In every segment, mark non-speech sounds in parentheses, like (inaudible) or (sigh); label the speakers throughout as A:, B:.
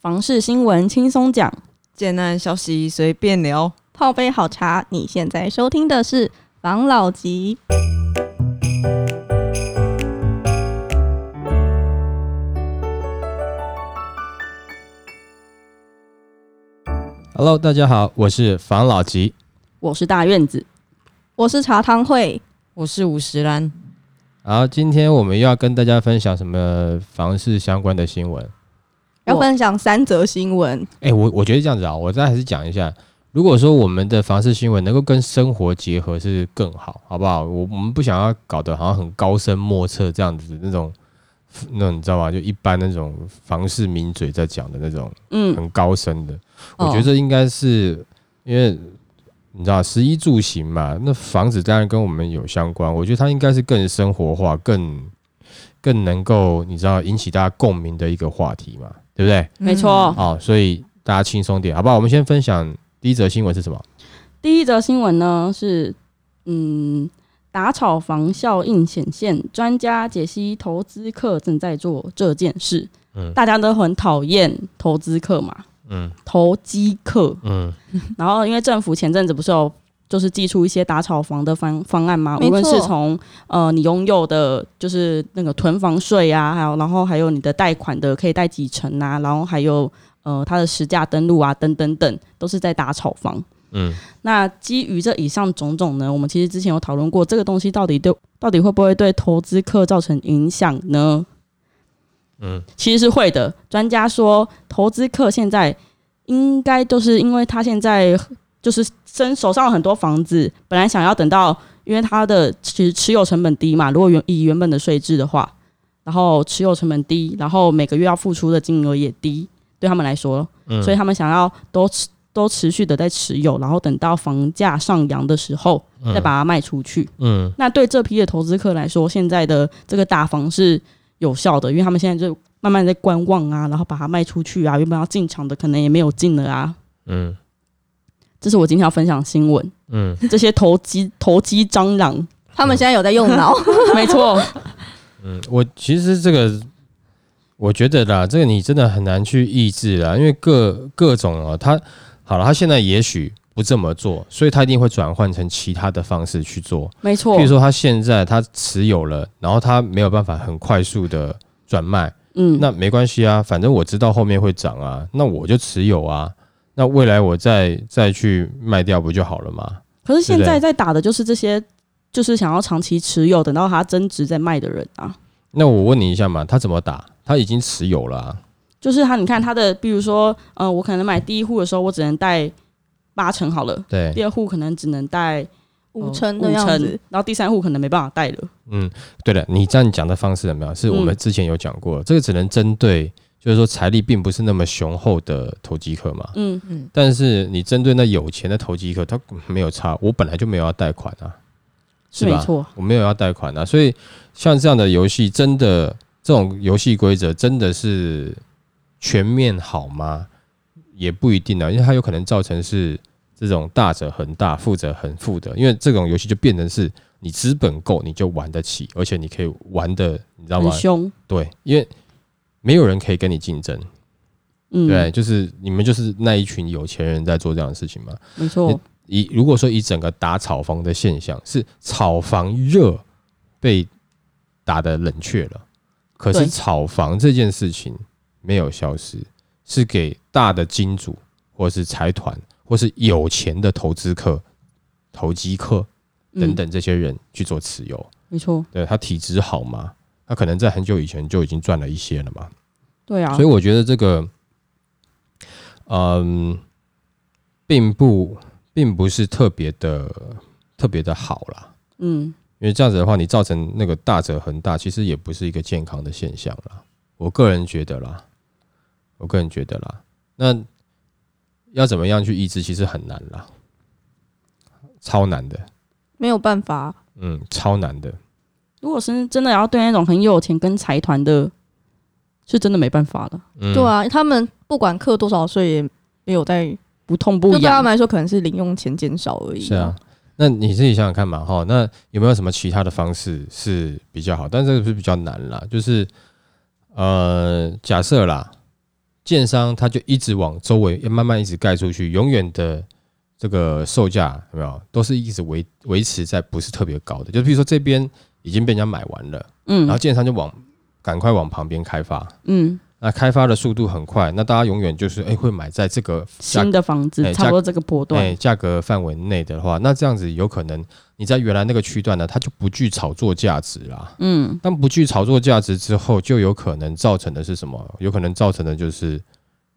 A: 房事新闻轻松讲，
B: 简单消息随便聊。
A: 泡杯好茶。你现在收听的是房老吉。
C: Hello，大家好，我是房老吉。
A: 我是大院子，我是茶汤会。
B: 我是五十岚，
C: 好，今天我们又要跟大家分享什么房事相关的新闻？
A: 要
B: 我
A: 分享三则新闻，
C: 哎、我我觉得这样子啊，我再还是讲一下，如果说我们的房事新闻能够跟生活结合是更好，好不好？我我们不想要搞得好像很高深莫测这样子那种，那种你知道吗？就一般那种房事名嘴在讲的那种
A: 嗯，
C: 很高深的，我
B: 哦
C: 觉得应该是因为你知道，十一住行嘛，那房子当然跟我们有相关。我觉得它应该是更生活化、更更能够你知道引起大家共鸣的一个话题嘛，对不对？
A: 没错
C: 好、所以大家轻松点，好不好？我们先分享第一则新闻是什么？
A: 第一则新闻呢是，嗯，打炒房效应显现，专家解析投资客正在做这件事。
C: 嗯
A: 大家都很讨厌投资客嘛，
C: 嗯
A: 投机客。
C: 嗯，
A: (laughs) 然后因为政府前阵子不是有就是寄出一些打炒房的方方案吗？
B: 没错
A: 无论是从呃你拥有的就是那个囤房税啊，还有然后还有你的贷款的可以贷几成啊，然后还有呃它的实价登录啊等等等，都是在打炒房。
C: 嗯，
A: 那基于这以上种种呢，我们其实之前有讨论过这个东西到底对到底会不会对投资客造成影响呢？
C: 嗯，
A: 其实是会的。专家说，投资客现在应该就是因为他现在就是身手上有很多房子，本来想要等到，因为他的持持有成本低嘛，如果原以原本的税制的话，然后持有成本低，然后每个月要付出的金额也低，对他们来说，
C: 嗯
A: 所以他们想要都持都持续的在持有，然后等到房价上扬的时候再把它卖出去。
C: 嗯
A: 那对这批的投资客来说，现在的这个打房是有效的，因为他们现在就慢慢在观望啊，然后把它卖出去啊，原本要进场的可能也没有进了啊。
C: 嗯
A: 这是我今天要分享的新闻，
C: 嗯
A: 这些投机投机蟑螂， (laughs)
D: 他们现在有在用脑，
A: 没错，
C: 嗯，我其实这个。我觉得啦，这个你真的很难去抑制啦，因为各各种啊，他好了，他现在也许不这么做，所以他一定会转换成其他的方式去做。
A: 没错
C: 譬如，说，他现在他持有了，然后他没有办法很快速的转卖，
A: 嗯，
C: 那没关系啊，反正我知道后面会涨啊，那我就持有啊，那未来我再再去卖掉不就好了吗？
A: 可是现
C: 对不
A: 在
C: 对
A: 在打的就是这些，就是想要长期持有，等到它增值再卖的人啊，
C: 那我问你一下嘛，他怎么打？他已经持有了、啊，
A: 就是他，你看他的，比如说，呃，我可能买第一户的时候，我只能贷八成好了，第
C: 对，
A: 二户可能只能贷
D: (laughs) 五
A: 呃
D: 成的
A: 五
D: 样
A: 成
D: 子。
A: 然后第三户可能没办法贷了。
C: 嗯，对了，你这样讲的方式有没有？是我们之前有讲过，这个只能针对就是说财力并不是那么雄厚的投机客嘛，
A: 嗯，
C: 但是你针对那有钱的投机客，他没有差，我本来就没有要贷款啊。
A: 是
C: 吧
A: 没错。
C: 我没有要贷款啊，所以像这样的游戏，真的这种游戏规则真的是全面好吗？也不一定啊，因为它有可能造成是这种大者恒大，富者恒富的，因为这种游戏就变成是你资本够你就玩得起，而且你可以玩的，你知道
A: 很
C: 吗？
A: 凶，
C: 对，因为没有人可以跟你竞争，
A: 嗯，
C: 对，，就是你们就是那一群有钱人在做这样的事情嘛。
A: 没错，
C: 以如果说以整个打炒房的现象，是炒房热被打的冷却了，可
A: 对
C: 是炒房这件事情没有消失，是给大的金主或是财团或是有钱的投资客、投机客等
A: 嗯，
C: 等这些人去做持有。
A: 没错，
C: 对他体质好吗？他可能在很久以前就已经赚了一些了嘛。
A: 对啊
C: 所以，我觉得这个，嗯，并不并不是特别的特别的好啦，
A: 嗯，
C: 因为这样子的话，你造成那个大者恒大，其实也不是一个健康的现象啦。我个人觉得啦，我个人觉得啦，那要怎么样去抑制，其实很难啦，超难的，
D: 没有办法，
C: 嗯，超难的。
A: 如果是真的要对那种很有钱跟财团的，是真的没办法了，
C: 嗯、
D: 对，啊，他们不管课多少税，也没有在，
A: 不痛
D: 就
A: 不
D: 对他
A: 痒。
D: 们来说可能是零用钱减少而已。
C: 是
A: 哦
C: 啊，，那你自己想想看嘛，哈，那有没有什么其他的方式是比较好？但这个是比较难啦，就是呃，假设啦，建商他就一直往周围慢慢一直盖出去，永远的这个售价有没有都是一直维维持在不是特别高的，就比如说这边已经被人家买完了，然后
A: 嗯
C: 建商就往赶快往旁边开发，
A: 嗯，
C: 那开发的速度很快，那大家永远就是哎、会买在这个价
A: 新的房子
C: 哎
A: 差不多这个波
C: 哎
A: 段，
C: 价格范围内的话，那这样子有可能你在原来那个区段呢，它就不具炒作价值啦。
A: 嗯
C: 但不具炒作价值之后，就有可能造成的是什么？有可能造成的就是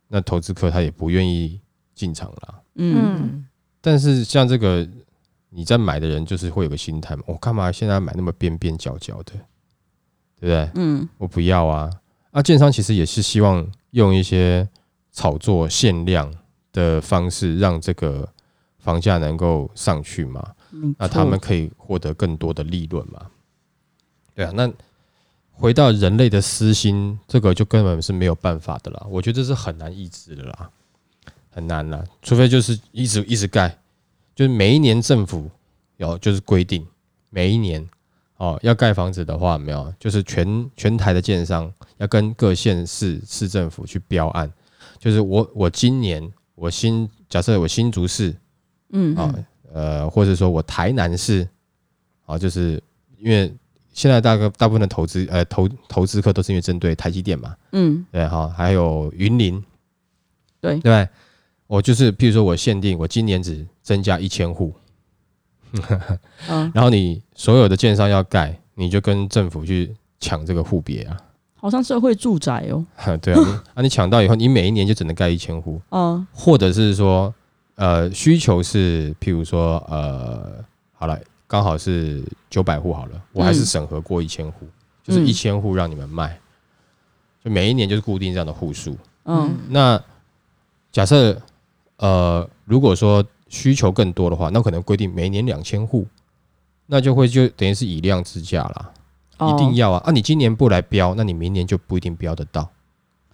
C: 那投资客他也不愿意进场啦。
A: 嗯
B: 嗯，
C: 但是像这个你在买的人，就是会有个心态嘛，我、干嘛现在买那么边边角角的，对不对？
A: 嗯
C: 我不要啊！啊，建商其实也是希望用一些炒作限量的方式，让这个房价能够上去嘛。
A: 嗯，
C: 那他们可以获得更多的利润嘛？对啊，那回到人类的私心，这个就根本是没有办法的啦。我觉得这是很难抑制的啦，很难啦。除非就是一直一直盖，就是每一年政府有就是规定，每一年哦要盖房子的话，没有就是全全台的建商要跟各县市市政府去标案，就是我我今年我新假设我新竹市
A: 嗯
C: 啊，呃，或者说我台南市啊，就是因为现在大概大部分的投资呃投投资客都是因为针对台积电嘛，
A: 嗯
C: 对哈、还有云林，
A: 对
C: 对吧，我就是譬如说我限定我今年只增加一千户，
A: 嗯，
C: 然后你所有的建商要盖，你就跟政府去抢这个户别啊，
A: 好像社会住宅哦，
C: 哈对啊，你 (laughs) 啊你抢到以后，你每一年就只能盖一千户，
A: 哦
C: 或者是说，呃，需求是，譬如说，呃，好了，刚好是九百户好了，我还是
A: 嗯
C: 审核过一千户，就是
A: 嗯
C: 一千户让你们卖，就每一年就是固定这样的户数。
A: 嗯
C: 那假设，呃，如果说需求更多的话，那可能规定每年两千户，那就会就等于是以量制价啦，
A: 哦，
C: 一定要啊，啊，你今年不来标，那你明年就不一定标得到。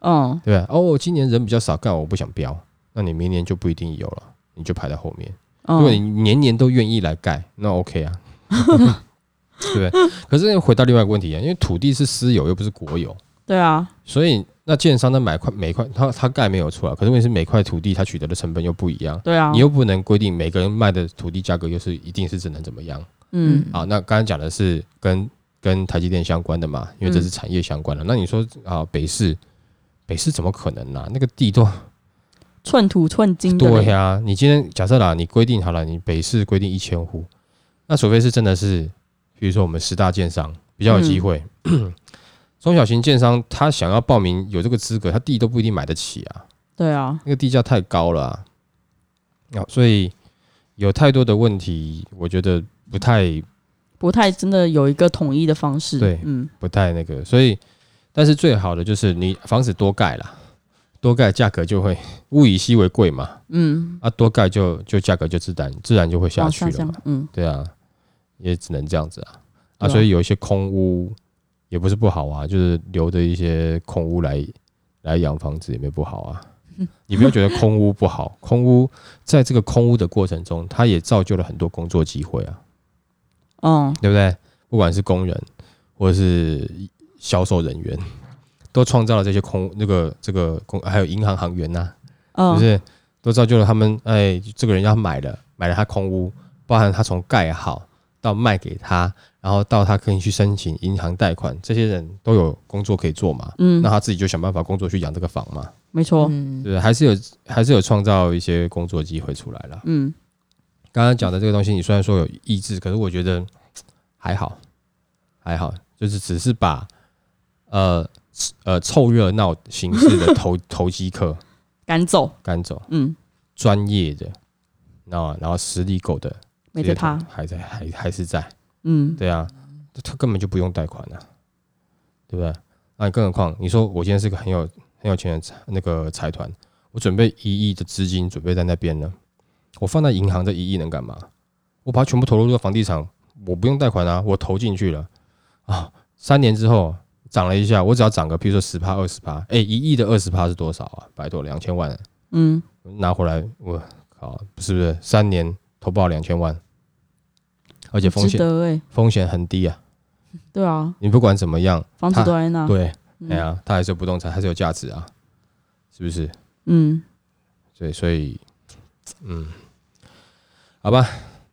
A: 嗯
C: 对吧？哦，我今年人比较少，干我不想标，那你明年就不一定有了，你就排在后面。如果你
A: 嗯
C: 年年都愿意来盖，那 OK 啊， (laughs) 对不对？可是回到另外一个问题啊，因为土地是私有又不是国有，
A: 对啊，
C: 所以那建商他买块每块他他盖没有错啊，可是问题是每块土地他取得的成本又不一样，
A: 对啊，
C: 你又不能规定每个人卖的土地价格又是一定是只能怎么样。
A: 嗯
C: 啊，那刚才讲的是跟跟台积电相关的嘛，因为这是产业相关的。那你说啊，北市北市怎么可能呢、啊那个地都
A: 寸土寸金的嘞，
C: 对呀、啊你今天假设啦，你规定好了，你北市规定一千户，那除非是真的是，比如说我们十大建商比较有机会， (clears throat) 中小型建商他想要报名有这个资格，他地都不一定买得起啊。
A: 对啊，
C: 那个地价太高了啊、啊所以有太多的问题，我觉得不太
A: 不太真的有一个统一的方式，
C: 对
A: 嗯
C: 不太那个，所以但是最好的就是你房子多盖啦，多盖价格就会物以稀为贵嘛，
A: 嗯，
C: 啊多盖就就价格就自然自然就会下
A: 往
C: 去
A: 上
C: 了嘛
A: 降，，嗯
C: 对啊，也只能这样子啊，啊
A: 对啊
C: 所以有一些空屋也不是不好啊，就是留着一些空屋来来养房子也没不好啊。你不要觉得空屋不好，空屋在这个空屋的过程中，它也造就了很多工作机会啊。
A: 哦
C: 对不对？不管是工人或者是销售人员，都创造了这些空那个这个工，还有银行行员呐、就
A: 嗯
C: 是都造就了他们。哎，这个人要买了，买了他空屋，包含他从盖好到卖给他，然后到他可以去申请银行贷款，这些人都有工作可以做嘛。
A: 嗯
C: 那，他自己就想办法工作去养这个房嘛，
A: 没错，
B: 嗯
C: 对，还是有还是有创造一些工作机会出来了。
A: 嗯
C: 刚刚讲的这个东西，你虽然说有意志，可是我觉得嘖还好，还好，就是只是把呃呃凑热闹形式的投投机客
A: 赶走，
C: 赶走，
A: 嗯，
C: 专业的，然后然后实力够的，
A: 没得
C: 他
A: 他，
C: 还在还还是在，
A: 嗯
C: 对啊，他根本就不用贷款啊，对不对？那更何况你说我今天是个很有很有钱的财那个财团，我准备一亿的资金准备在那边呢，我放在银行这一亿能干嘛？我把它全部投入到房地产，我不用贷款啊，我投进去了啊，三年之后涨了一下，我只要涨个，比如说十趴二十趴，哎，一亿的二十趴是多少啊？拜托，两千万、
A: 嗯
C: 拿回来，我靠，是不是三年投保两千万？而且风
A: 值
C: 险
A: 得哎，
C: 风险很低啊，
A: 对啊，
C: 你不管怎么样，
A: 房子都在那，
C: 对，哎
A: 嗯
C: 哎呀、它还是有不动产，还是有价值啊。是不是？
A: 嗯，
C: 对，所以，嗯，好吧，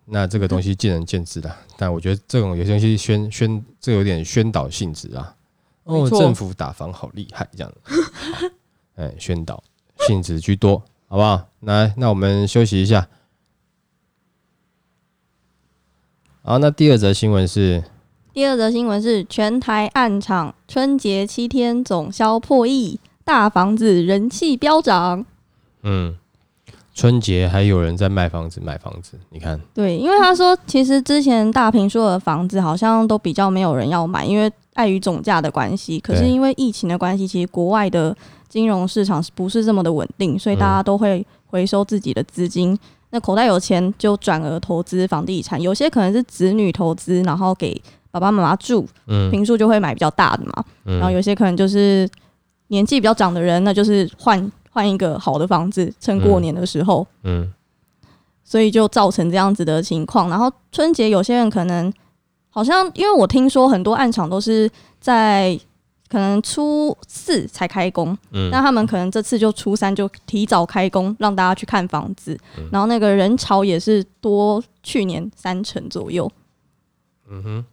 C: 那这个东西见仁见智啦。但我觉得这种有些东西宣宣，这有点宣导性质啊。哦
A: 没，错
C: 政府打房好厉害，这样。 (laughs) 好哎，宣导性质居多，好不好？来，那我们休息一下。好，那第二则新闻是
D: 第二则新闻是全台暗场春节七天总销破亿，大房子人气飙涨。
C: 嗯，春节还有人在卖房子，买房子，你看，
D: 对，因为他说其实之前大平说的房子好像都比较没有人要买，因为碍于总价的关系。可是
C: 对
D: 因为疫情的关系，其实国外的金融市场是不是这么的稳定，所以
C: 嗯
D: 大家都会回收自己的资金。那口袋有钱就转而投资房地产，有些可能是子女投资，然后给爸爸妈妈住，
C: 嗯，
D: 平数就会买比较大的嘛。
C: 嗯
D: 然后有些可能就是年纪比较长的人，那就是换换一个好的房子，趁过年的时候，
C: 嗯
D: 所以就造成这样子的情况。然后春节有些人可能好像，因为我听说很多暗场都是在可能初四才开工，
C: 嗯
D: 那他们可能这次就初三就提早开工，让大家去看房子，然后那个人潮也是多去年三成左右，
C: 嗯哼。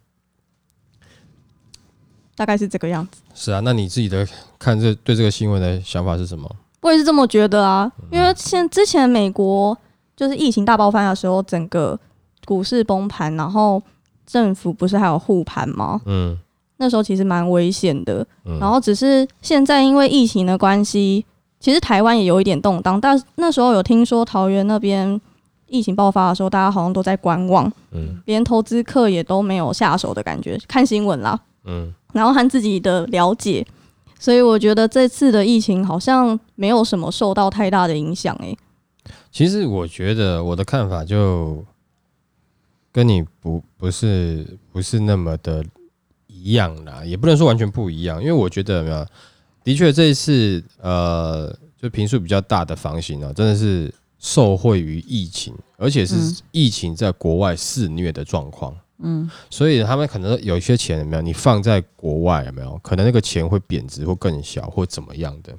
D: 大概是这个样子。
C: 是啊，那你自己的看这对这个新闻的想法是什么？
D: 我也是这么觉得啊，因为现之前美国就是疫情大爆发的时候，整个股市崩盘，然后政府不是还有护盘吗？
C: 嗯
D: 那时候其实蛮危险的。
C: 嗯，
D: 然后只是现在因为疫情的关系，其实台湾也有一点动荡，但那时候有听说桃园那边疫情爆发的时候，大家好像都在观望，
C: 嗯
D: 连投资客也都没有下手的感觉，看新闻啦。
C: 嗯
D: 然后和自己的了解，所以我觉得这次的疫情好像没有什么受到太大的影响诶、欸
C: 其实我觉得我的看法就跟你不不是不是那么的一样啦，也不能说完全不一样，因为我觉得有没有，的确这一次呃，就平数比较大的房型啊，真的是受惠于疫情，而且
A: 嗯
C: 是疫情在国外肆虐的状况。嗯，所以他们可能有一些钱有没有？你放在国外有没有？可能那个钱会贬值或更小或怎么样的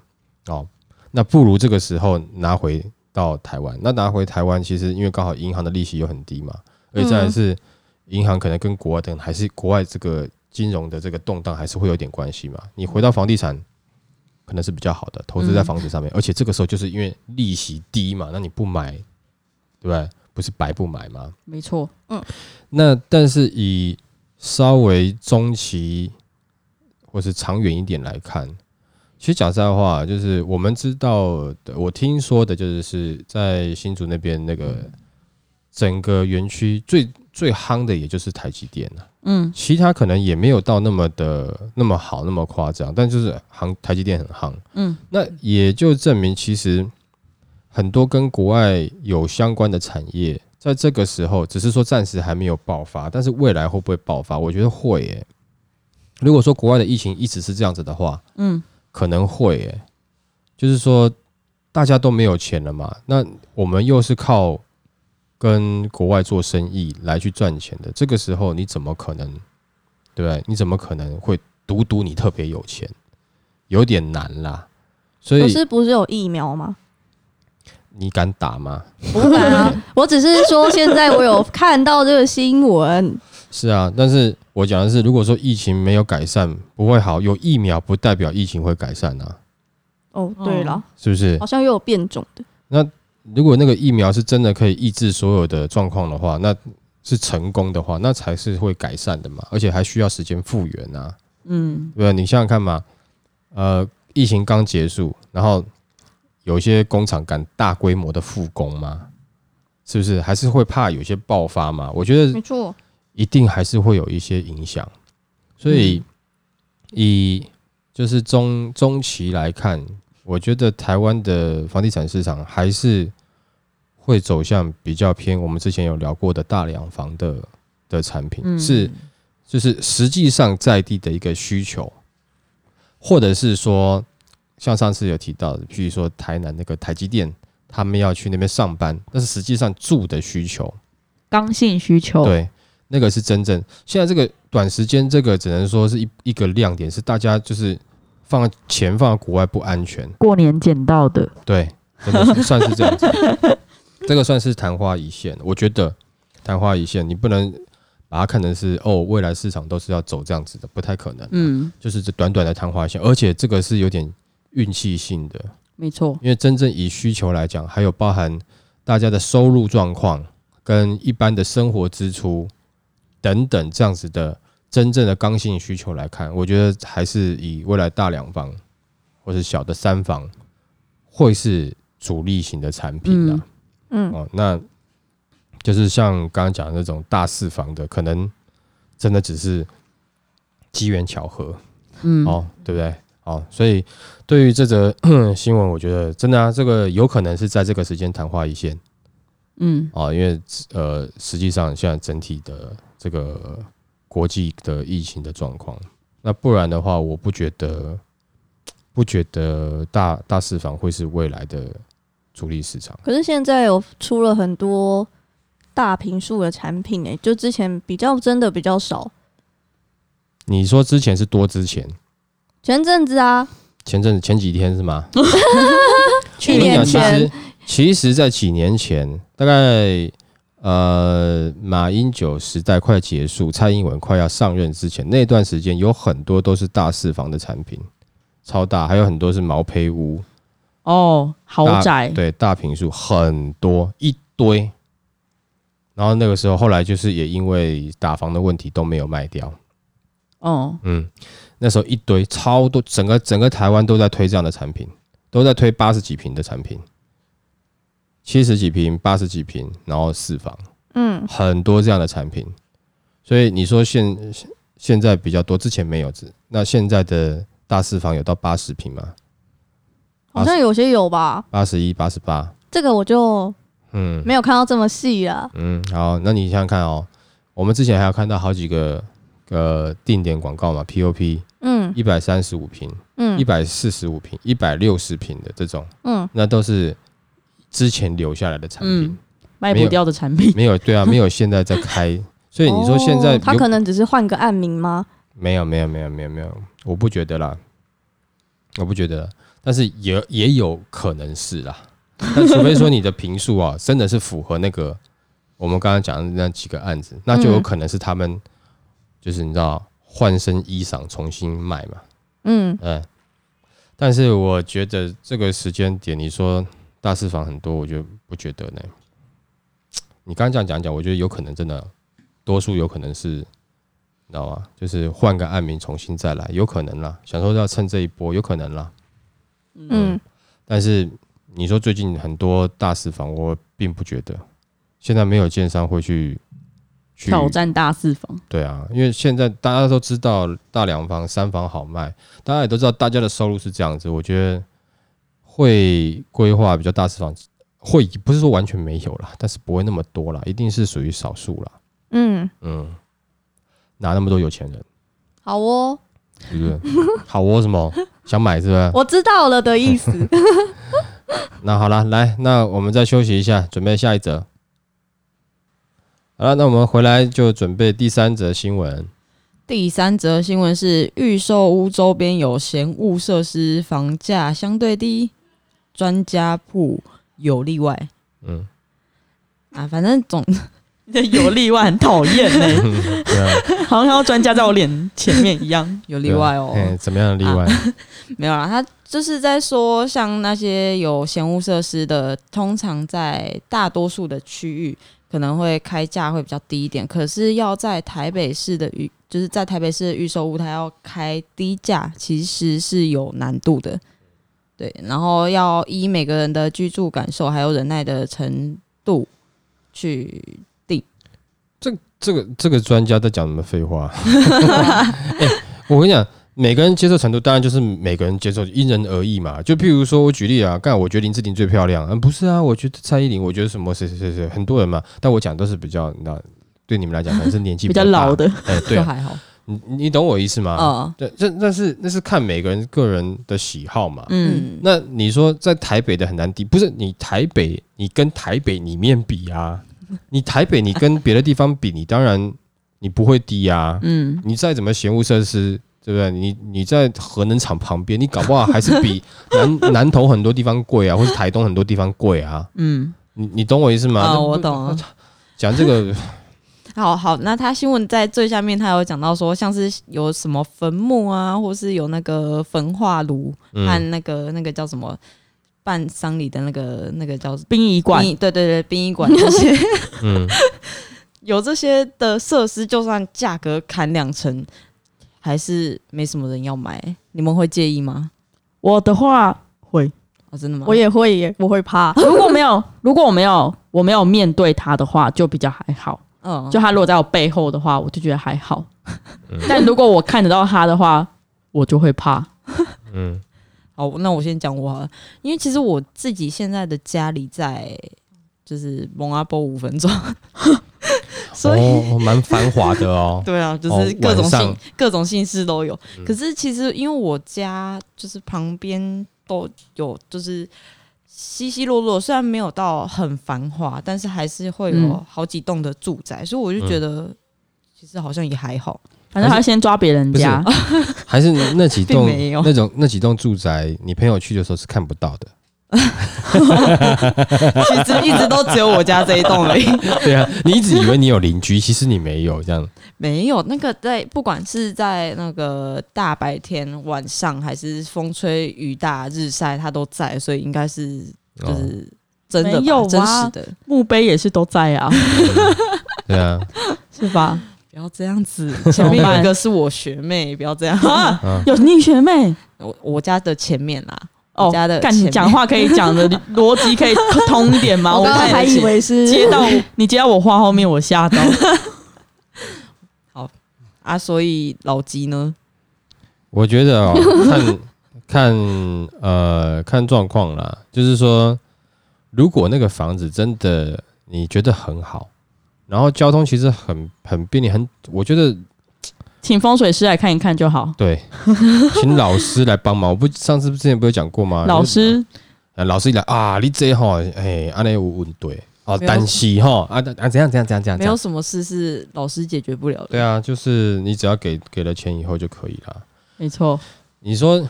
C: 哦。那不如这个时候拿回到台湾。那拿回台湾，其实因为刚好银行的利息又很低嘛，而且再来是银行可能跟国外等还是国外这个金融的这个动荡还是会有点关系嘛。你回到房地产可能是比较好的，投资在房子上面，而且这个时候就是因为利息低嘛，那你不买，对不对？不是白不买吗？
A: 没错，
C: 那但是以稍微中期或是长远一点来看，其实讲实在话，就是我们知道的，我听说的就是是在新竹那边那个整个园区最最夯的，也就是台积电啊了、
A: 嗯，
C: 其他可能也没有到那么的那么好，那么夸张，但就是行台积电很夯，
A: 嗯，
C: 那也就证明其实很多跟国外有相关的产业，在这个时候只是说暂时还没有爆发，但是未来会不会爆发？我觉得会耶、如果说国外的疫情一直是这样子的话，嗯，可能会耶、就是说大家都没有钱了嘛，那我们又是靠跟国外做生意来去赚钱的，这个时候你怎么可能，对不对？你怎么可能会独独你特别有钱？有点难啦，所
D: 可
C: 以
D: 是不是有疫苗吗？
C: 你敢打吗？
D: 不敢啊，我只是说现在我有看到这个新闻，
C: 是啊，但是我讲的是，如果说疫情没有改善，不会好，有疫苗不代表疫情会改善啊，
D: 哦，对了，
C: 是不是
D: 好？像又有变种的，
C: 如果那个疫苗是真的可以抑制所有的状况的话，那是成功的话，那才是会改善的嘛，而且还需要时间复原啊，
A: 嗯
C: 对不对？你想想看嘛，呃，疫情刚结束，然后有一些工厂敢大规模的复工吗？是不是还是会怕有些爆发嘛？我觉得
D: 没错，
C: 一定还是会有一些影响。所以以就是中中期来看，我觉得台湾的房地产市场还是会走向比较偏我们之前有聊过的大两房的的产品，
B: 嗯
C: 是就是实际上在地的一个需求，或者是说像上次有提到的，譬如说台南那个台积电，他们要去那边上班，但是实际上住的需求，
E: 刚性需
A: 哦
E: 求，
C: 对，那个是真正现在这个短时间，这个只能说是一一个亮点，是大家就是放钱放在国外不安全，
E: 过年捡到的，
C: 对， (laughs) 真的是算是这样子，这个算是昙花一现，我觉得昙花一现，你不能把它看成是哦，未来市场都是要走这样子的，不太可能，
A: 嗯，
C: 就是这短短的昙花一现，而且这个是有点运气性的，
A: 没错，
C: 因为真正以需求来讲，还有包含大家的收入状况跟一般的生活支出等等这样子的真正的刚性需求来看，我觉得还是以未来大两房或是小的三房会是主力型的产品啊。
D: 嗯，
C: 哦，那就是像刚刚讲的那种大四房的，可能真的只是机缘巧合。
A: 嗯，
C: 哦，对不对？哦，所以对于这则 (coughs) 新闻，我觉得真的啊，这个有可能是在这个时间昙花一现
A: 嗯，
C: 啊、哦，因为呃，实际上现在整体的这个国际的疫情的状况，那不然的话，我不觉得不觉得大大市房会是未来的主力市场。
D: 可是现在有出了很多大平数的产品诶、就之前比较真的比较少。
C: 你说之前是多之前，
D: 前阵子啊，
C: 前阵子前几天是吗？
D: 去
C: 我跟你
D: 年
C: 讲，其
D: 前
C: 实其实，在几年前，大概呃马英九时代快结束，蔡英文快要上任之前那段时间，有很多都是大四房的产品，超大，还有很多是毛坯屋，
A: 哦，豪
D: 哎
A: 宅，
C: 对，大平数很多一堆。然后那个时候，后来就是也因为打房的问题都没有卖掉，
A: 哦，
C: 嗯，那时候一堆超多，整个整个台湾都在推这样的产品，都在推八十几平的产品，七十几平、八十几平，然后四房，
D: 嗯，
C: 很多这样的产品。所以你说现现现在比较多，之前没有，只那现在的大四房有到八十平吗？
D: 好像有些有吧，
C: 八十一、八十八，
D: 这个我就
C: 嗯
D: 没有看到这么细啦。
C: 嗯，好，那你想想看哦，我们之前还有看到好几个呃定点广告嘛，POP
D: 嗯
C: 一百三十五平、一
D: 嗯
C: 百四十五平、一百六十平的这种。
D: 嗯，
C: 那都是之前留下来的产品，
A: 嗯，卖不掉的产品，
E: (laughs)
C: 没有对啊，没有现在在
D: (laughs)
C: 开，所以你说现在
D: 哦他
C: 有
D: 可能只是换个案名吗？
C: 没有没有没有没有没有，我不觉得啦，我不觉得啦，但是也也有可能是啦，但除非说你的评述啊， (laughs) 真的是符合那个我们刚刚讲的那几个案子，那就
D: 嗯
C: 有可能是他们、就是你知道换身衣裳重新卖嘛，
D: 嗯，
C: 嗯，但是我觉得这个时间点，你说大四房很多，我就不觉得呢。你刚刚这样讲讲，我觉得有可能真的，多数有可能是，你知道吗？就是换个案名重新再来，有可能啦。想说要趁这一波，有可能啦。哦
D: 嗯，
C: 但是你说最近很多大四房，我并不觉得，现在没有建商会去去
A: 挑战大四房，
C: 对啊，因为现在大家都知道大两房、三房好卖，大家也都知道大家的收入是这样子。我觉得会规划比较大市场，会不是说完全没有啦，但是不会那么多啦，一定是属于少数啦。
D: 嗯，
C: 嗯，哪那么多有钱人，
D: 好哦，
C: 是不是？好哦，什么想买是
B: (laughs)
C: 不是？
D: 我知道了的意
C: (laughs)
D: 思。
C: 那好啦，来，那我们再休息一下，准备下一则。好了，那我们回来就准备第三则新闻。
B: (laughs) 第三则新闻是预售屋周边有闲物设施房价相对低，专家铺有例外
C: 嗯，
B: 啊，反正总。
E: (laughs) 有例外很讨厌 (laughs) 呢，
C: 对啊，
E: 好像看到专家在我脸前面一样
B: 有例外哦，
C: 嗯，怎么样的例外？
B: 没有啦，啊他就是在说，像那些有闲物设施的，通常在大多数的区域可能会开价会比较低一点，可是要在台北市的预，就是在台北市的预售屋，它要开低价，其实是有难度的。对，然后要依每个人的居住感受还有忍耐的程度去，
C: 这个这个专家在讲什么废话？ (laughs) 欸我跟你讲，每个人接受程度当然就是每个人接受，因人而异嘛。就譬如说，我举例啊，干，我觉得林志玲最漂亮，嗯，不是啊，我觉得蔡依林，我觉得什么谁谁谁谁，很多人嘛。但我讲都是比较，那对你们来讲可能是年纪
A: (laughs) 比
C: 较
A: 较老的，
C: 大，哎、对
B: 就
C: 啊，嗯
B: 还好。
C: 你你懂我意思吗？
B: 呃，
C: 对，这那是那是看每个人个人的喜好嘛。
E: 嗯，
B: 嗯，
C: 那你说在台北的很难比，不是你台北，你跟台北里面比
B: (laughs)
C: 啊，你台北你跟别的地方比，你当然你不会低啊，
E: 嗯，
C: 你再怎么嫌恶设施，对不对？你你在核能厂旁边，你搞不好还
B: (laughs)
C: 是比南南投很多地方贵啊，或是台东很多地方贵啊。
B: 嗯，
C: 你你懂我意思吗？
B: 啊、
C: 那
B: 我懂了。
C: 讲
B: (laughs)
C: 这个，
B: 好好，那他新闻在最下面，他有讲到说，像是有什么坟墓啊，或是有那个焚化炉
C: 嗯，
B: 和那个那个叫什么办丧礼的那个那个叫
E: 殡仪馆
B: 殡仪对对对，殡仪馆这些 (laughs)
C: 嗯
B: 有这些的设施，就算价格砍两成，还是没什么人要买。你们会介意吗？
E: 我的 (laughs) 话会，
B: 哦，真的吗？
D: 我也会耶，我会怕。
E: 如果没有，如果我没有，我没有面对他的话，就比较还好。
B: 嗯，
E: 就他如果在我背后的话，我就觉得还好
C: 嗯。
E: (laughs) 但如果我看得到他的话，我就会怕。
C: 嗯
B: 好，那我先讲我好了，因为其实我自己现在的家里在就是蒙阿波五分钟， (laughs) 所以、。
C: 哦，蛮繁华的哦
B: (laughs) 对啊，就
C: 哦
B: 是各种
C: 晚
B: 姓、
C: 上
B: 各种姓氏都有。可是其实因为我家就是旁边都有，就是稀稀落落，虽然没有到很繁华，但是还是会有
E: 嗯
B: 好几栋的住宅，所以我就觉得。其实好像也还好，
E: 反正他先抓别人家，
C: 还是那几栋
B: 并没有
C: 那种那几栋住宅，你朋友去的时候是看不到的。
B: 其实一直都只有我家这一栋而已。 (laughs)
C: 对啊，你一直以为你有邻居， (laughs) 其实你没有这样。
B: 没有那个在，不管是在那个大白天、晚上，还是风吹雨打、日晒，它都在，所以应该是就
C: 哦
B: 是真的吧、
E: 没有啊
B: 真实的。
E: (laughs) 墓碑也是都在啊，
C: 对啊，
E: (laughs) 是吧？
B: 不要这样
C: (laughs)
B: 子，前面有一个是我学妹，不要这样。
C: 嗯，
E: 有你学妹
B: 我我家的前面啦，
E: 哦
B: 我家的，
E: 干
B: 前
E: 你
B: 面
E: 讲话可以讲 (laughs) 的逻辑可以通一点吗？
D: 我刚刚
E: 看
D: 还以为是
E: 接到你接到我话后面，我吓到。
B: 啊，所以老鸡呢？
C: 我觉得
B: (laughs)
C: 哦，看看呃看状况啦，就是说，如果那个房子真的你觉得很好，然后交通其实很很便利，很我觉得
E: 请风水师来看一看就好。
C: 对，
B: (laughs)
C: 请老师来帮忙。我不上次之前不是讲过吗？
E: 老师，
C: 啊，老师一来啊，你这吼，哎、安尼有问题哦，
B: 没有
C: 但是吼啊啊怎样怎样怎样怎样，
B: 没有什么事是老师解决不了的。
C: 对啊，就是你只要给给了钱以后就可以啦。
E: 没错，
C: 你说，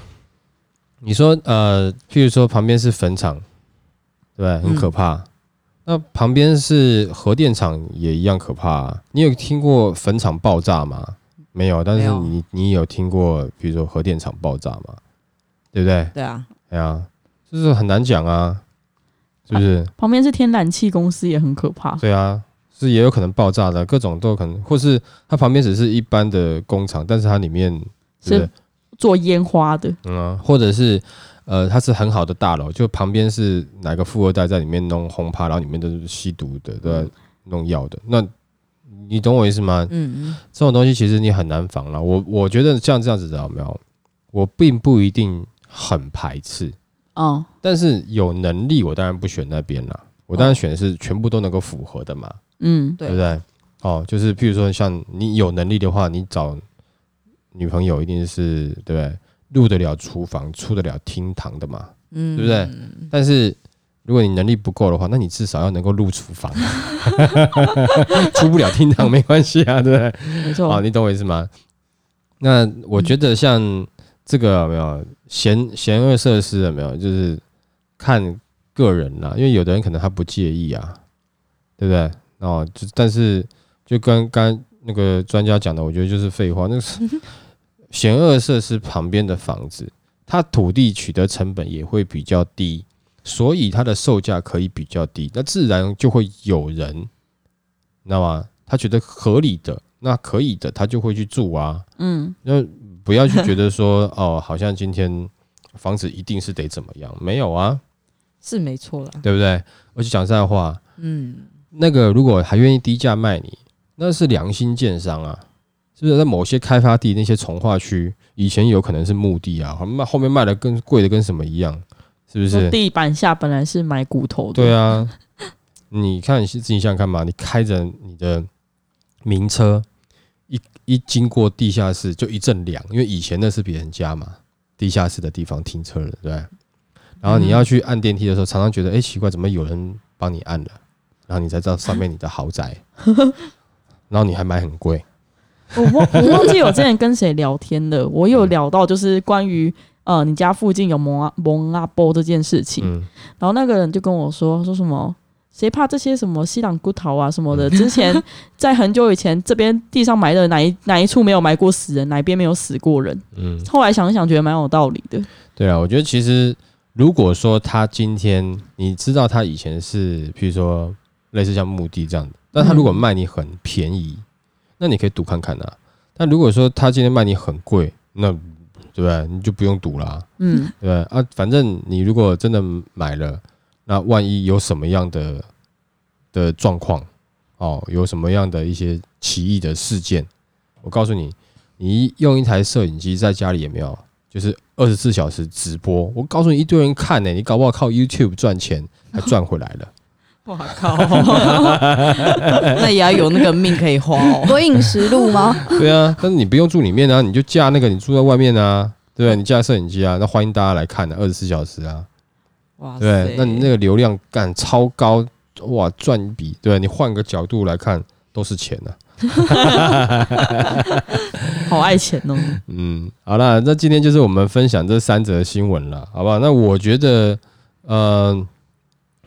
C: 你说，呃，譬如说旁边是坟场，对不对，很
B: 嗯
C: 可怕。那旁边是核电厂，也一样可怕、啊。你有听过坟场爆炸吗？没有，但
B: 没
C: 是
B: 有
C: 你你有听过，比如说核电厂爆炸吗？对不对？
B: 对啊，
C: 哎呀，就是很难讲啊，是不是？
B: 啊
E: 旁边是天然气公司，也很可
B: 哦
E: 怕。
C: 对啊，是也有可能爆炸的，各种都有可能，或是它旁边只是一般的工厂，但是它里面对不对
E: 是？做烟花的，
C: 嗯啊、或者是呃，它是很好的大楼，就旁边是哪个富二代在里面弄轰趴，然后里面都是吸毒的，都在弄药的。那你懂我意思吗？
B: 嗯，
C: 这种东西其实你很难防了。我我觉得像这样子的有没有？我并不一定很排斥，
E: 嗯，
C: 但是有能力我当然不选那边啦，我当然选的是全部都能够符合的嘛。
E: 嗯，
B: 对
C: 对不对？哦，就是譬如说，像你有能力的话，你找女朋友一定是对不对？入得了厨房，出得了厅堂的嘛。
B: 嗯
C: 对不对？但是如果你能力不够的话，那你至少要能够入厨房，啊 (laughs) 出不了厅堂没关系啊，对不对？
E: 没
C: 哦，
E: 错，
C: 你懂我意思吗？那我觉得像这个有没有嫌嫌恶设施有没有，就是看个人啦，因为有的人可能他不介意啊，对不对？哦，就但是就跟刚那个专家讲的，我觉得就是废话，那是险恶设施旁边的房子，它土地取得成本也会比较低，所以它的售价可以比较低，那自然就会有人，你知道吗？他觉得合理的，那可以的，他就会去住啊。
E: 嗯，
C: 那不要去觉得说哦，好像今天房子一定是得怎么样，没有啊，
B: 是没错啦。
C: 对不对？而且讲实在话，
B: 嗯，
C: 那个如果还愿意低价卖你，那是良心建商啊，是不是？在某些开发地那些从化区，以前有可能是墓地啊，卖后面卖的跟贵的跟什么一样，是不是？
E: 地板下本来是埋骨头的，
C: 对，啊，你看你自己想想看嘛，你开着你的名车，一一经过地下室就一阵凉，因为以前那是别人家嘛，地下室的地方停车的，对不对。然后你要去按电梯的时候，常常觉得哎、诶奇怪，怎么有人帮你
E: (laughs)
C: 按了？然后你才知道上面你的豪宅，然后你还买很贵，
E: 我忘我忘记我之前跟谁聊天了，我有
C: 嗯
E: 聊到就是关于呃你家附近有蒙阿蒙阿波这件事情，
C: 嗯，
E: 然后那个人就跟我说说什么。谁怕这些什么西朗骨头啊什么的？
C: 嗯
E: 之前在很久以前，这边地上埋的哪一哪一处没有埋过死人，哪一边没有死过人？
C: 嗯，
E: 后来想一想，觉得蛮有道理的。
C: 对啊，我觉得其实如果说他今天你知道他以前是，譬如说类似像墓地这样的，但他如果卖你很便宜，那你可以赌看看啊。但如果说他今天卖你很贵，那对不对？你就不用赌啦、
E: 嗯，
C: 对不对啊，反正你如果真的买了，那万一有什么样的的状况哦，有什么样的一些奇异的事件，我告诉你，你用一台摄影机在家里也没有，就是二十四小时直播，我告诉你一堆人看呢、欸你搞不好靠 YouTube 赚钱还赚回来了。
E: 我靠，
B: (laughs) 那也要有那个命可以花
C: (laughs)
B: 哦。
D: 鬼影实录吗？
C: 对啊，但是你不用住里面啊，你就架那个你住在外面啊，对不对？你架摄影机啊，那欢迎大家来看的二十四小时啊。
B: 哇
C: 对，那你那个流量干超高，哇，赚一笔，对你换个角度来看都是钱啊呐、
E: 好爱钱哦！
C: 嗯，好啦，那今天就是我们分享这三则新闻了，好不好？那我觉得，嗯，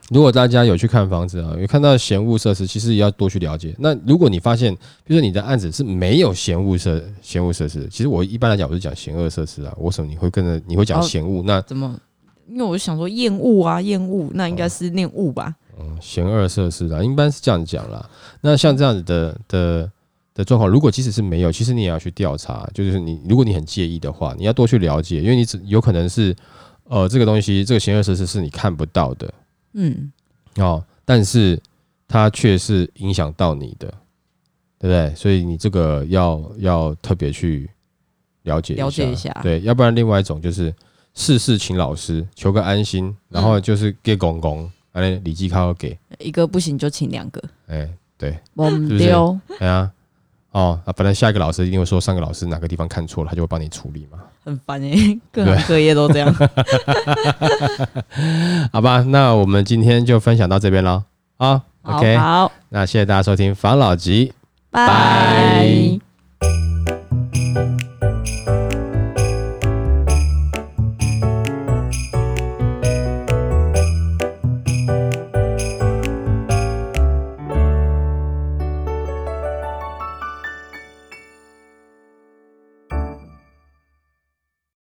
C: 如果大家有去看房子啊，有看到闲物设施，其实也要多去了解。那如果你发现，比如说你的案子是没有闲物设闲物设施的，其实我一般来讲我是讲闲恶设施啊，为什么你会跟着你会讲
B: 哦
C: 闲物？那
B: 怎么？因为我想说厌恶啊，厌恶，那应该是念恶吧？
C: 哦嫌恶设施啦，一般是这样讲啦。那像这样子的的的状况，如果即使是没有，其实你也要去调查，就是你如果你很介意的话，你要多去了解，因为你只有可能是呃这个东西这个嫌恶设施是你看不到的
B: 嗯，
C: 哦，但是它却是影响到你的，对不对？所以你这个要要特别去了解
B: 了解一下
C: 对，要不然另外一种就是事事请老师，求个安心，然后就是给公公，哎、礼记靠给，
B: 一个不行就请两个，
C: 哎、对。
E: 我
C: 是
E: 们
C: 不是
E: 丢，
C: 哎呀，哦，啊，本来下一个老师一定会说上个老师哪个地方看错了，他就会帮你处理嘛，
B: 很烦哎、各行各业都这样。
C: 好吧？那我们今天就分享到这边喽，啊
E: 好
C: (laughs) ，OK，
E: 好。
C: 那谢谢大家收听房老吉，
D: 拜。
E: 拜